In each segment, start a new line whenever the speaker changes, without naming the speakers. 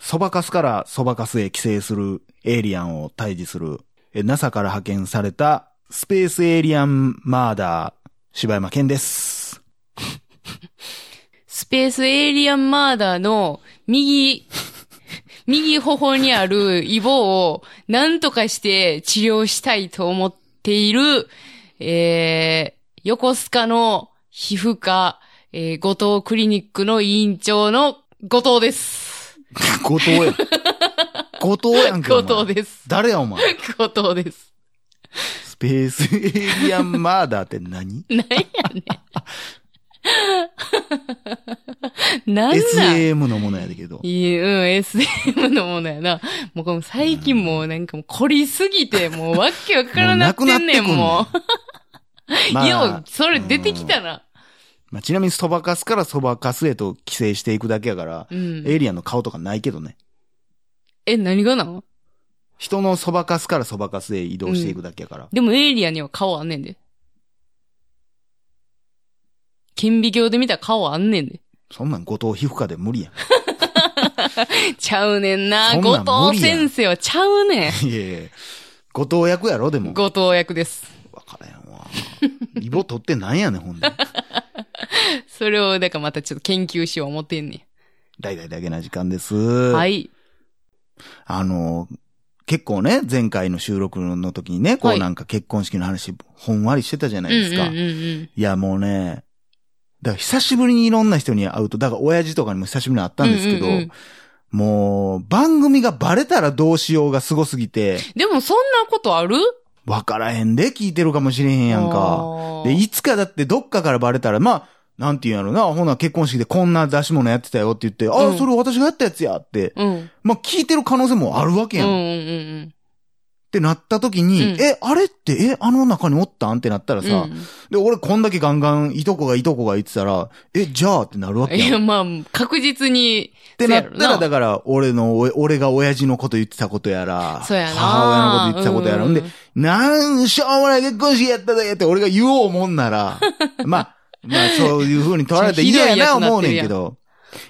そばかすからそばかすへ寄生するエイリアンを退治する、え NASA から派遣されたスペースエイリアンマーダー、柴山健 です。
スペースエイリアンマーダーの 右、右頬にあるイボを何とかして治療したいと思っている、えー、横須賀の皮膚科、えー、後藤クリニックの委員長の後藤です。
後藤やん。後藤やんけ。お
後
前
藤です。
誰やお前。
後藤です。
スペースエイリアンマーダーって何
なんやねん。なんなん
?SAM のものやだけど。
いい、うん、SM のものやな。もうこの最近もうなんかもう凝りすぎて、もうわけわからなくなってんねん、
もうな
も
く
う。
ま
よ
あ
う、、それ出てきたな。
まあ、ちなみにそばかすからそばかすへと寄生していくだけやから、
うん。
エイリアンの顔とかないけどね。
え、何がなの
人のそばかすからそばかすへ移動していくだけやから。
でもエイリアンには顔あんねんで。顕微鏡で見たら顔あんねんで。
そんなん後藤皮膚科で無理や
ちゃうねんな。
そんなん
後
無
藤
理やん
先生はちゃうねん。
ん。 いやいや後藤役やろ、でも。
後藤役です。
わからへんわ。イボ取ってなんやねん、ほ んで。
それを、だからまたちょっと研究しよう思ってんね
大々だけな時間です。
ん。は
はい。
い。
あの、結構ね、前回の収録の時にね、こ
は
う
い
なんか結婚式の話、ほんわりしてたじゃ
う
なんいです
うん
か。
うん
い
うん。
や、もうね、だから久しぶりにいろんな人に会うと、だから親父とかにも久しぶりに会ったんですけど、
うんうんうん
もう、番組がバレたらどうしようがすごすぎて、
でもそんなことある
わからへんで聞いてるかもしれへんやん
あ
か。
ー
で、いつかだってどっかからバレたら、まあ、なんて言うんやろな、ほな結婚式でこんな出し物やってたよって言って、
う
あ、
ん
それ私がやったやつやって、
うん。
まあ聞いてる可能性もあるわけやん。
うんう
っ
んうん
てなった時に、
うん
え、あれって、え、あの中におったんってなったら
うん。
さ、
う
で、俺こんだけガンガン、いとこがいとこが言ってたら、え、じゃあってなるわけ
ん、い
や
や、
ん。っ
まあ、確実に、
てなった
そうやろ
ら、
な
だから、俺の、お俺が親父のこと言ってたことやら、
そうやな。
母親のこと言ってたことやら、
うん
で、なん、しょうもない結婚式やったぜって俺が言おうもんな ら、まあ、まあそういう風に取られて
ひどい
嫌や
や
な
つにな
思
っ
う
て
ね
る
ん
やん
けど、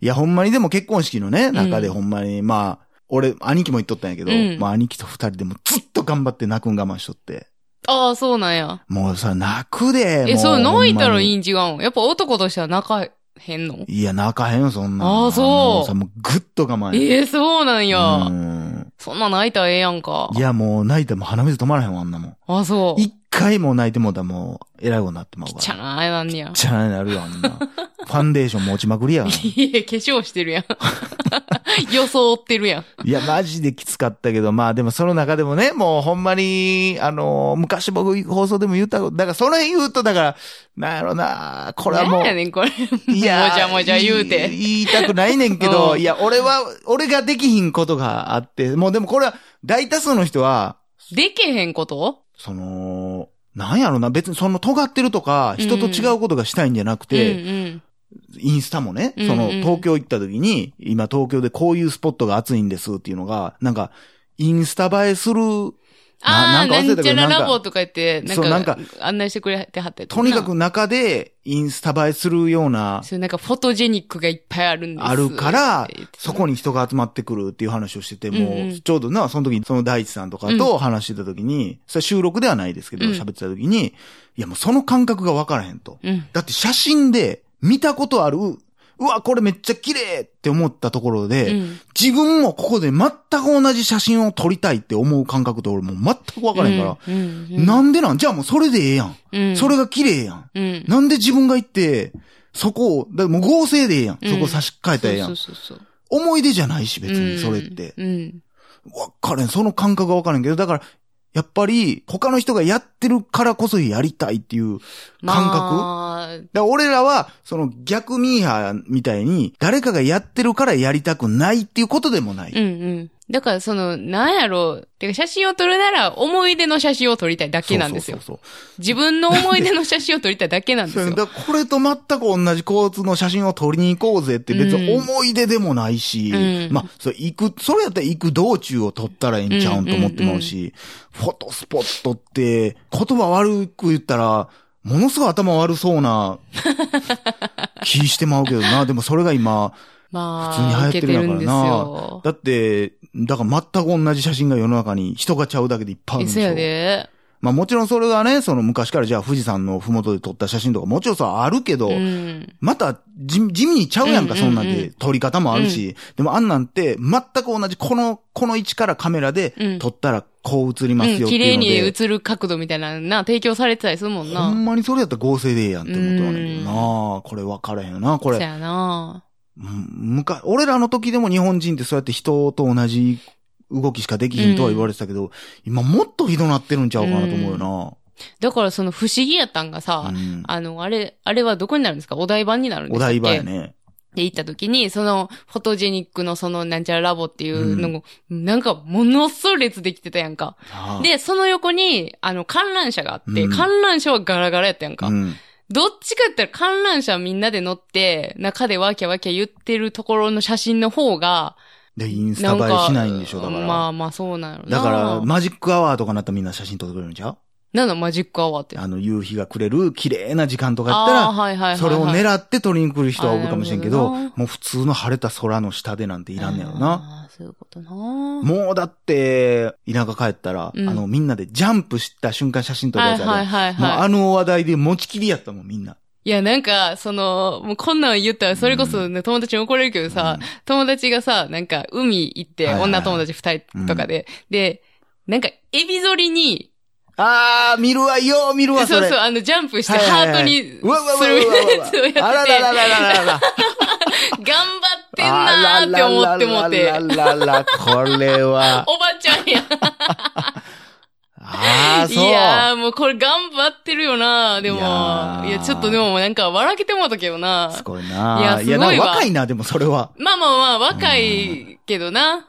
いやほんまにでも結婚式のね、中で
うん
ほんまに、まあ、俺、兄貴も言っとったんやけど、
うん
まあ兄貴と二人でもずっと頑張って泣くん我慢しとって、
ああ、そうなんや。
もうさ、泣くで、も
え、そう、泣いたらい
い
いん違うん。やっぱ男としては泣かへんの
いや、泣かへんよ、そんなん。
あーそう
もさ、もうぐっと我慢
ええそうなん
い
や。
ん。
そんな泣いたらええやんか。
いや、もう泣いたらもう鼻水止まらへんわ、あんなもん。
あ、そう。
一回もう泣いてもうたらもう、偉いことになってまう
き
か
っ
ら。
ちゃなあれなんねや。
ちゃらになるよ、あん な。ファンデーション持ちまくりや。
いや、化粧してるやん。 装ってるやん。
いや、マジできつかったけど、まあでもその中でもね、もうほんまに、あのー昔僕放送でも言ったこと、だからそれ言うと、だから、なんやろな、これはも
なんや
う、
ねん、これ。
いや、
もじゃもじゃ言う
い
て。
言いたくないねんけど、
うん
いや、俺は、俺ができひんことがあって、もうでもこれは、大多数の人は、
でけへんこと
その、なんやろな、別にその尖ってるとか、人と違うことがしたいんじゃなくて、
うんうん。
インスタもね、
うんうん
その東京行った時に、今東京でこういうスポットが熱いんですっていうのが、なんか、インスタ映えする、
あ
な
あ、なん
か忘れ
ん
た
ち
け
ゃ
ど
ら
なんか
ラボとか言って、なん
そう
か、
なんか
案内してくれてはったやつな
とにかく中でインスタ映えするような、
そういうなんかフォトジェニックがいっぱいあるんです。
あるから
って言って、た
そこに人が集まってくるっていう話をしてて、
うんう
もう、
ん
ちょうどな、その時にその大地さんとかと話してた時に、それ収録ではないですけど、
うん
喋ってた時に、いやもうその感覚がわからへんと。
うん。
だって写真で見たことある、うわ、これめっちゃ綺麗って思ったところで、
うん。
自分もここで全く同じ写真を撮りたいって思う感覚と俺もう全くわからへんから、
うん。うん
なんでなんじゃあもうそれでええやん。
うん。
それが綺麗やん。
うん。
なんで自分が行って、そこを、だからもう合成でええやん。
うん
そこ差し替えたらええやん。
そうそうそうそう。
思い出じゃないし別
う
に
ん
それって。
うん。
わからへん。その感覚がわからへんけど、だから、やっぱり他の人がやってるからこそやりたいっていう感覚、だか
覚
ら俺らは、その逆ミーハーみたいに、誰かがやってるからやりたくないっていうことでもない。
うんうん。だからその、なんやろう。てか写真を撮るなら思い出の写真を撮りたいだけなんですよ。
そうそうそうそう
自分の思い出の写真を撮りたいだけなんです
そうやね
よ。
だからこれと全く同じ交通の写真を撮りに行こうぜって別に
うん
思い出でもないし、
うん
まあ、それ行く、それやったら行く道中を撮ったらいいんちゃうんと思ってまうし、フォトスポット って言葉悪く言ったら、ものすごい頭悪そうな気してまうけどな。でもそれが今、
ま
普通に流行
あ、
っ
受
て
け
る
て
んや
る
からなん
ですよ。
だって、だから全く同じ写真が世の中に人がちゃうだけでいっぱいある
え、
んで
そ
す
や
よ。
で。
まあもちろんそれがね、その昔からじゃあ富士山のふもとで撮った写真とかもちろんさ、あるけど、
うん。
また地地味にちゃうやんか、
うんうんうん
そんなんで。撮り方もあるし。でもあんなんて、全く同じ、この、この位置からカメラで
うん
撮ったらこう映ります
う
よ
ん、
って
綺
いう
麗
の
に
で。
映る角度みたいなのな、提供されてたりするもん
ほ
な。
んまにそれやったら合成でええやんって思ったわねんけどな
う
これ分からへんよな、こ
そ
れ。
やな。
うん昔、俺らの時でも日本人ってそうやって人と同じ動きしかできひんとは言われてたけど、今もっとひどなってるんちゃうかなと思うよ
だからその不思議やったんが
な。
さ
う、ん
あの、あれ、あれはどこになるんですかお台場になるんです
お
か
台場やね。
で行った時に、その、フォトジェニックのその、なんちゃらラボっていうのも、なんか、ものっそ列できてたやんか。
ああ、
で、その横に、あの、観覧車があって、
うん
観覧車はガラガラやったやんか。
うん、
どっちかって言ったら観覧車みんなで乗って、中でワーキャワーキャ言ってるところの写真の方が、
で、インスタ
なん
映
か、
えしないんでしょ、だから。
まあまあそうなの
だから、
な
マジックアワーとかなったらみんな写真撮ってくれるんちゃう
なんだマジックアワーって。
あの、夕日がくれる綺麗な時間とかやったら、
あーはいはいはいはい
それを狙って撮りに来る人はおるかもしれんけど、
あーなるほどな
もう普通の晴れた空の下でなんていらんねやろな。
あー。そういうことな。
もうだって、田舎帰ったら、
うん
あの、みんなでジャンプした瞬間写真撮る
は
や
い
つあるやん
はいはい
もう
は
あの話題で持ちきりやったもん、みんな。
い。いや、なんか、その、もうこんなん言ったら、それこそね、友達に怒られるけどさ、友達がさ、なんか、海行って、
はいはいはい
女友達二人とかで、で、なんか、エビ反りに、
あー、見るわよ、見るわ、
そ
それ。
うそう、あの、ジャンプして、
はいはい
ハ
はい
ートに、する
うわうわうわうわ
みたいなやつをやってて、
あららららららら。
頑張ってんなーって思っても
あら
て、
らららら、これは。
おばちゃんや。
あー、
い
そう。
やー、もうこれ頑張ってるよなーでも、
い
い
や
や
ー
ちょっとでもなんか、笑けてもうたけどな
すごいなー
いやすごいわ
なんか若いな、でもそれは。
まあまあまあ、若いけどな。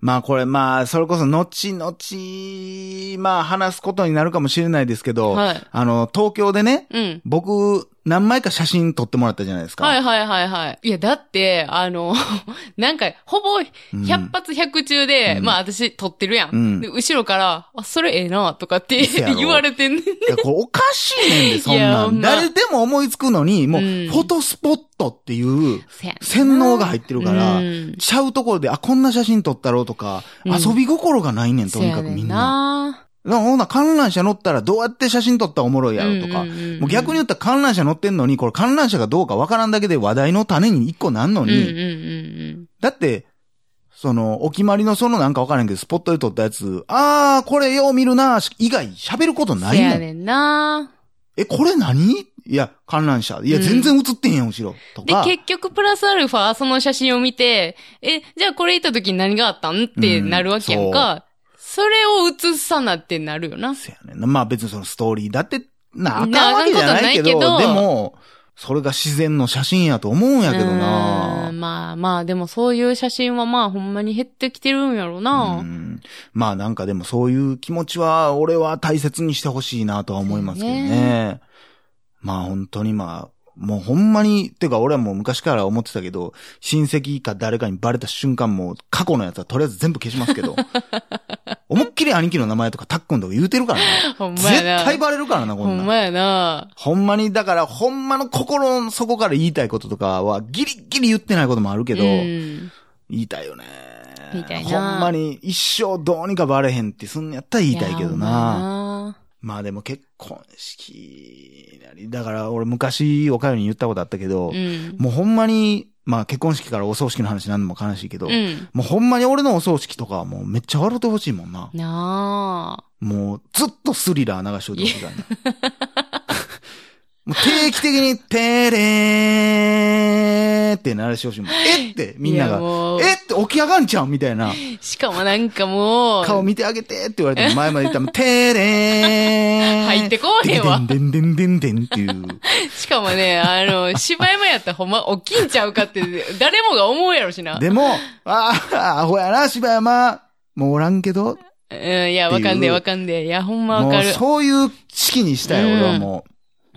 まあこれ、まあ、それこそ後々、まあ話すことになるかもしれないですけど、
はい
あの、東京でね、
うん。
僕、何枚か写真撮ってもらったじゃないですか。
はいはいはいはい。いや、だって、あの、 なんか、ほぼ、
うん
100発100中で、
うん
まあ私撮ってるやん。
うん
で後ろから、あ、それええな、とかって
せやろ
言われてんねん。
いやこれおかしいねんで、そん
いや
な
ほ
ん。
んま
誰でも思いつくのに、もう、
う
フ
ん
ォトスポットっていう
せやな
洗脳が入ってるから
う、ん
ちゃうところで、あ、こんな写真撮ったろうとか、
うん
遊び心がないねん、とにかくみんな。なほな、観覧車乗ったらどうやって写真撮ったらおもろい
せ
や
やね
ろ
ん
と
な
か
ん。んん
もう逆に言ったら観覧車乗ってんのに、これ観覧車がどうかわからんだけで話題の種に一個なんの
うん
に、
うんうん
だって、その、お決まりのそのなんかわからんけど、スポットで撮ったやつ、あー、これよう見るなー、以外喋ること
うん。
な
せ
いね
や
ん。
ねんな
え、これ何いや、観覧車。いや、
うん
全然映ってへんやん、後ろ。と
で
か。、
結局プラスアルファ、その写真を見て、え、じゃあこれ行った時に何があったんってなるわけやんか。それを映さなってなるよな。
せやねんなまあ別にそのストーリーだって、なあ、あ
な
かんわけじゃないけど、
あかんことない
で
けど
も、それが自然の写真やと思うんやけど
うー
なん
まあまあ、でもそういう写真はまあほんまに減ってきてるんやろな。
うんまあなんかでもそういう気持ちは、俺は大切にしてほしいなとは思いますけどね。
そう
まあ本当にまあ、もうほんまに、てか俺はもう昔から思ってたけど、親戚か誰かにバレた瞬間もう過去のやつはとりあえず全部消しますけ ど、思いっきり兄貴の名前とかタックンとか言うてるからね。
ほんま
絶
やな。
対バレるからな、こ
ほ
ん
ん
なん。
まやな。
ほんまに、だから、ほんまの心の底から言いたいこととかは、ギリギリ言ってないこともあるけど、
うん
言いたいよね。
言いたいな
ほんまに、一生どうにかバレへんってすんのやったら言いたいけど
やほん
な。
ま
まあでも結婚式なり、だから俺昔、おかゆに言ったことあったけど、
やな。うん。
もうほんまに、まあ結婚式からお葬式の話なんでも悲しいけど、
うん。
もうほんまに俺のお葬式とかはもうめっちゃ笑ってほしいもんな。
なあ。
もうずっとスリラー流しといてほしいからな。 もう定期的に、てれーって鳴らしてほ しいもん。えって、みんない
や
が、
もう
えって起き上がんちゃんみたいな、
しかもなんかもう、
顔見てあげてって言われても前まで言ったら、てれー
入ってこうへんわ
でんでんでんでんでんっていう。
しかもね、あの、芝山やったらほんま起きんちゃうかって、誰もが思うやろしな。
でも、ああ、アホやな、柴山。もうおらんけど、
うん、いや、わかんねえわかんねえ。いや、ほんまわ
も
か
う
る。
そういう式にしたい、
うん
俺はも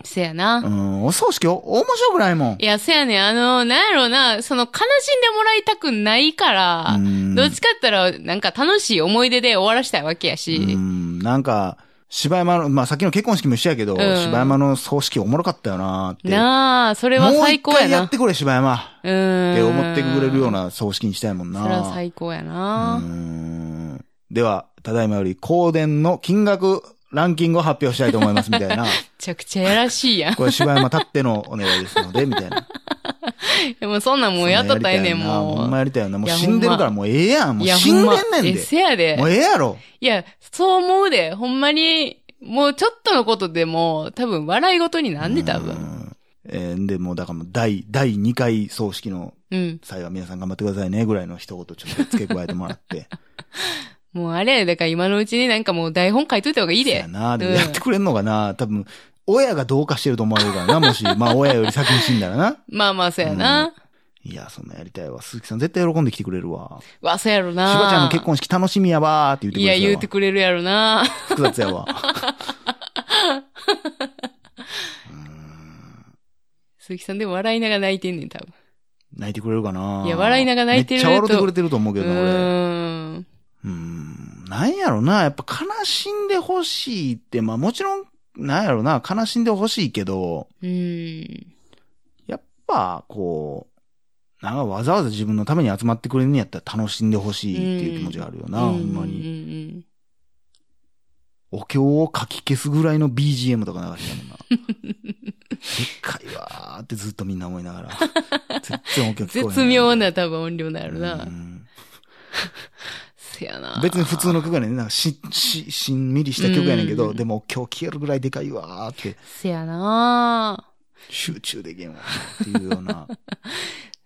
せや
う。う
な。
ん、お葬式お面白くないもん
い。や、せやねん。あの、なんやろうな、その、悲しんでもらいたくないから、
うん
どっちかって言ったら、なんか楽しい思い出で終わらしたいわけやし。
うん、なんか、柴山の、まあ、さっきの結婚式も一緒やけど、
ん
柴山の葬式おもろかったよなーって。
なあ、それは
もう
最
一
高や
回
な。
やってくれ、柴山。っ
うーん。
て思ってくれるよう。な葬式にしたいもんな。
それは最高や
うー
な。
んでは、ただいまより、香典の金額ランキングを発表したいと思います、みた いな。
めちゃくちゃやらしいやん。
これ柴山たってのお願いですので、みたいな。
でもそんなんもうやっとったらええねん、
そなやりたいなほんまやりたいよな。
も
もう
いや
死んでるから、もうええやん。
う。
も
いう
い
や、
死
ほ
ん
ん
でんね
ま。
ん
え、
で。
せやで
も。うええやろ。
いや、そう思うで。ほんまに、もうちょっとのことでも、多分笑い事になんで多
う
分。
ん。えーで、もうだからもう第、第2回葬式の
うん。
際は皆さん頑張ってくださいね、ぐらいの一言ちょっと付け加えてもらって。
もうあれやだから今のうちになんかもう台本書いといた方 がいい
そう
で
や。な。でも
うん
やってくれんのかな。多分、親がどうかしてると思われるからな、もし、まあ親より先に死んだらな。
まあまあ、そうやな。
いや、そんなやりたいわ。鈴木さん絶対喜んで来てくれるわ。
わ、そうやろ
し
な。
ばちゃんの結婚式楽しみやわーって言って
い
く
や、
れる
言うてくれるやろな。
複雑やわ。
鈴木さんでも笑いながら泣いてんねん、多分。
泣いてくれるかない
や笑いながら泣いてる
め
と
っちゃ笑ってくれてると思う
う
けどな、俺。
ーん。
うーん。なんやろな。やっぱ悲しんでほしいって、まあもちろん、なんやろな。悲しんでほしいけど、
うーん。
やっぱ、こう、なんかわざわざ自分のために集まってくれるんやったら楽しんでほしいっていう気持ちがあるよな、
う
ほんま
う
に。
ん
お経をかき消すぐらいの BGM とか流してたもんな。でっかいわーってずっとみんな思いながら。全然お経
う
聞こ
ん
えへん
絶妙な多分音量なんやろ
う
な。
ん
せやな。
別に普通の曲やねん。なんかし、し、しんみりした曲やねんけど、
うん
でも今日消えるぐらいでかいわーって、
せやな。
集中できんわっていうよう な。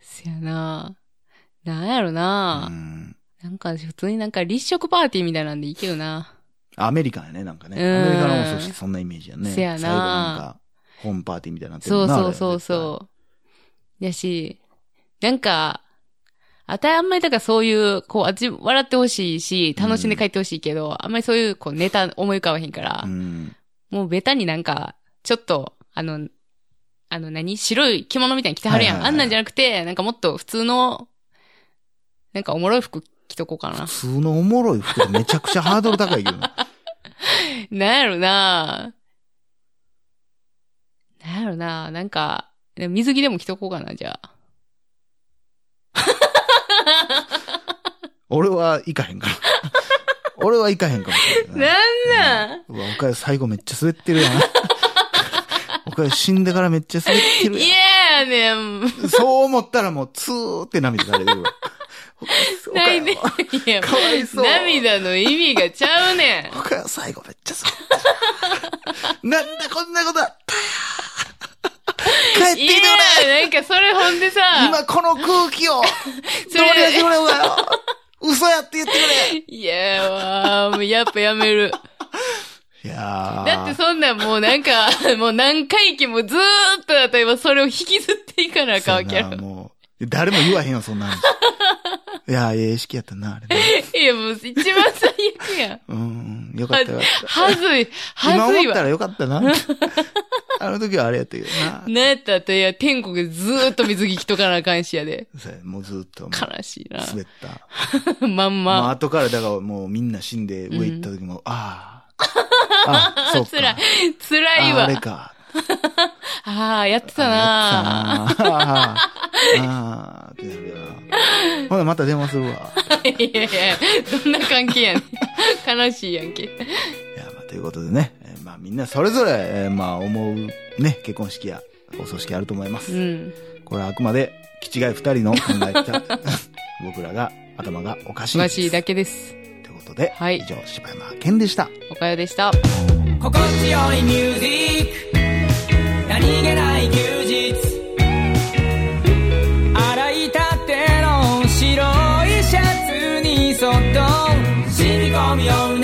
せやな。なんやろな
う。ん
なんか普通になんか立食パーティーみたいなんでいいけどな。
アメリカンやね、なんかね。
うん
アメリカのもそうそんなイメージやね。
せやな
最後なんか、ホームパーティーみたいになってる
そ
も
うん
な
そうそう
う。
そう。やし、なんか、あたあんまりだからそういう、こう、あっち笑ってほしいし、楽しんで帰ってほしいけど、あんまりそういう、こう、ネタ思い浮かばへんから、
あれは絶対うん。
もうベタになんか、ちょっと、あの、あの何白い着物みたいに着てはるやん、
はいはいはい
あんなんじゃなくて、なんかもっと普通の、なんかおもろい服着とこうか な
普。通のおもろい服ってめちゃくちゃハードル高いけどな。
なんやろななんやろななんか、水着でも着とこうかな、じゃあ。
俺は行かへん から。俺は行かへんかもしれない。
なんなん、
うわ、おかゆ最後めっちゃ滑ってる やん。おかゆ死んでからめっちゃ滑ってるやん
い。やねん。
そう思ったらもう、ツーって涙が出るわ。
ないね。い
お
や、
かわいそう
涙の意味がちゃう ねん。
かよ最後めっちゃ そう。なんだこんなことあった帰ってきて
い
くれ
や、なんかそれほんでさ、
今この空気を、ど
そ
うにかして
れ、
くれおかよ嘘やって言ってく
いやわもうやっぱや める。
れいやー
だってそんなんもうなん か、もう何回忌もずーっとだったら今それを引きずっていかなあかんわけや
そうやな
ろ。
もう、誰も言わへんよ、そんな 話いやー、ええ式やったな、あれね。
いや、もう一番最悪 やん。
うん、よか
は
った
ず
よかっ、
はずい、
た。今
はずい
思った
わ。
らよかったな。 あの時はあれやったけどな。
なんやったら、いや、天国でずーっと水着着とかなあかんしやで。
そうやもうずっともう
悲しいな。
滑った。
まん
まあ、
ま。
後から、だからもうみんな死んで上行った時も、ああ。 あ、そうか。
辛い。辛い
あ
わ
あ。れか。
ああ、やってたな
あやってたなあ。ああ、ってなるよな。ほな、また電話するわ。いや、
いやいや、どんな関係やねん。悲しいやんけ。
まあ、ということでね、えーまあみんなそれぞれ、えーまあ思うね、結婚式や、お葬式あると思いま
う
す。
ん。
これはあくまで、気違い二人の考え た、僕らが、頭がおかしいん
悲
です。
しいだけです。
ということで、
はい
以上、柴山健でした。
おかよでした。
心地よいミュージック何気ない休日洗いたての白いシャツにそっと染み込むよう